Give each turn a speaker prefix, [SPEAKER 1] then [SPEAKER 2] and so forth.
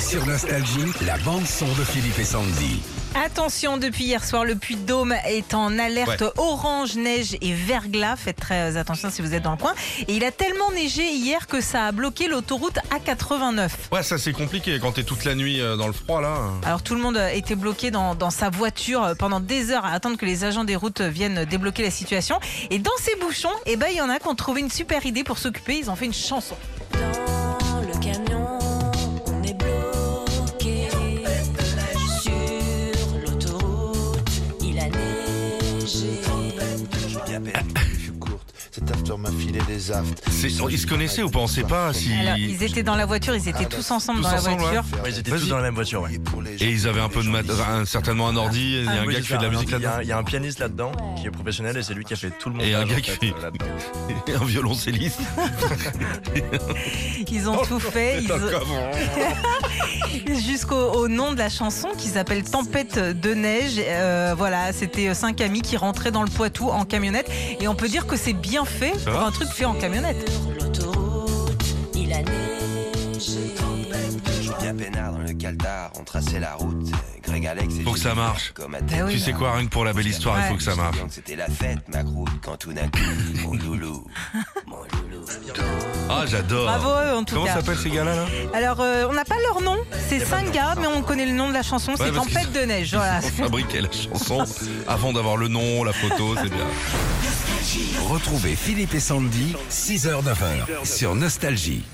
[SPEAKER 1] Sur Nostalgie, la bande-son de Philippe et Sandy.
[SPEAKER 2] Attention, depuis hier soir, le Puy-Dôme est en alerte
[SPEAKER 1] Ouais.
[SPEAKER 2] orange, neige et verglas. Faites très attention si vous êtes dans le coin. Et il a tellement neigé hier que ça a bloqué l'autoroute A89.
[SPEAKER 3] Ouais, ça c'est compliqué quand t'es toute la nuit euh, dans le froid là.
[SPEAKER 2] Alors tout le monde était bloqué dans, dans sa voiture pendant des heures à attendre que les agents des routes viennent débloquer la situation. Et dans ces bouchons, eh ben, il y en a qui ont trouvé une super idée pour s'occuper. Ils ont fait une chanson.
[SPEAKER 4] Dans le camion, on est bloqué. Sur l'autoroute, il a neigé.
[SPEAKER 5] bien perdu, je suis courte. Cet after m'a filé des aftes.
[SPEAKER 3] C'est- Ils se connaissaient ou pas On sait pas si.
[SPEAKER 2] Alors ils étaient dans la voiture, ils étaient tous ensemble
[SPEAKER 3] Ah, bah, Tous
[SPEAKER 2] dans
[SPEAKER 3] ensemble, hein.
[SPEAKER 2] la
[SPEAKER 3] ouais.
[SPEAKER 2] voiture.
[SPEAKER 6] Ils étaient
[SPEAKER 3] Vas-y.
[SPEAKER 6] tous dans la même voiture, ouais.
[SPEAKER 3] Et ils avaient un peu de mat, un- certainement un ordi,
[SPEAKER 2] Ah
[SPEAKER 3] et un gars
[SPEAKER 6] Oui, c'est
[SPEAKER 3] qui
[SPEAKER 6] ça,
[SPEAKER 3] fait de la
[SPEAKER 6] un-
[SPEAKER 3] musique
[SPEAKER 6] il y a un-
[SPEAKER 3] là-dedans.
[SPEAKER 6] Il y a un pianiste là-dedans qui est professionnel et c'est lui qui a fait tout le monde.
[SPEAKER 3] Et un gars qui fait- Et un violoncelliste.
[SPEAKER 2] Ils ont tout fait. Ils ont-
[SPEAKER 3] Comment
[SPEAKER 2] Jusqu'au au nom de la chanson qui s'appelle Tempête de neige. Euh, voilà, c'était cinq amis qui rentraient dans le Poitou en camionnette. Et on peut dire que c'est bien fait
[SPEAKER 3] Ça
[SPEAKER 2] pour
[SPEAKER 3] va
[SPEAKER 2] un truc fait en camionnette.
[SPEAKER 4] Sur l'autoroute, il a neigé.
[SPEAKER 5] Bien peinard dans le caltar, on traçait la route. Greg Alex et
[SPEAKER 3] Faut que ça marche.
[SPEAKER 5] Comme à
[SPEAKER 6] Eh
[SPEAKER 5] tête
[SPEAKER 2] oui.
[SPEAKER 3] Tu sais quoi, rien que pour la belle histoire, il
[SPEAKER 2] Ouais.
[SPEAKER 3] faut que ça marche.
[SPEAKER 5] C'était la fête, ma croûte, quand tout d'un coup, mon loulou, mon loulou.
[SPEAKER 3] Ah,
[SPEAKER 2] Bravo
[SPEAKER 3] j'adore.
[SPEAKER 2] à eux, en tout
[SPEAKER 3] Comment
[SPEAKER 2] cas.
[SPEAKER 3] s'appellent ces gars-là là
[SPEAKER 2] Alors, euh, on n'a pas leur nom, c'est cinq gars, mais on connaît le nom de la chanson, c'est
[SPEAKER 3] parce
[SPEAKER 2] Tempête de neige. Voilà.
[SPEAKER 3] On fabriquait la chanson avant d'avoir le nom, la photo, c'est bien.
[SPEAKER 1] Retrouvez Philippe et Sandy, 6h-9h, sur Nostalgie.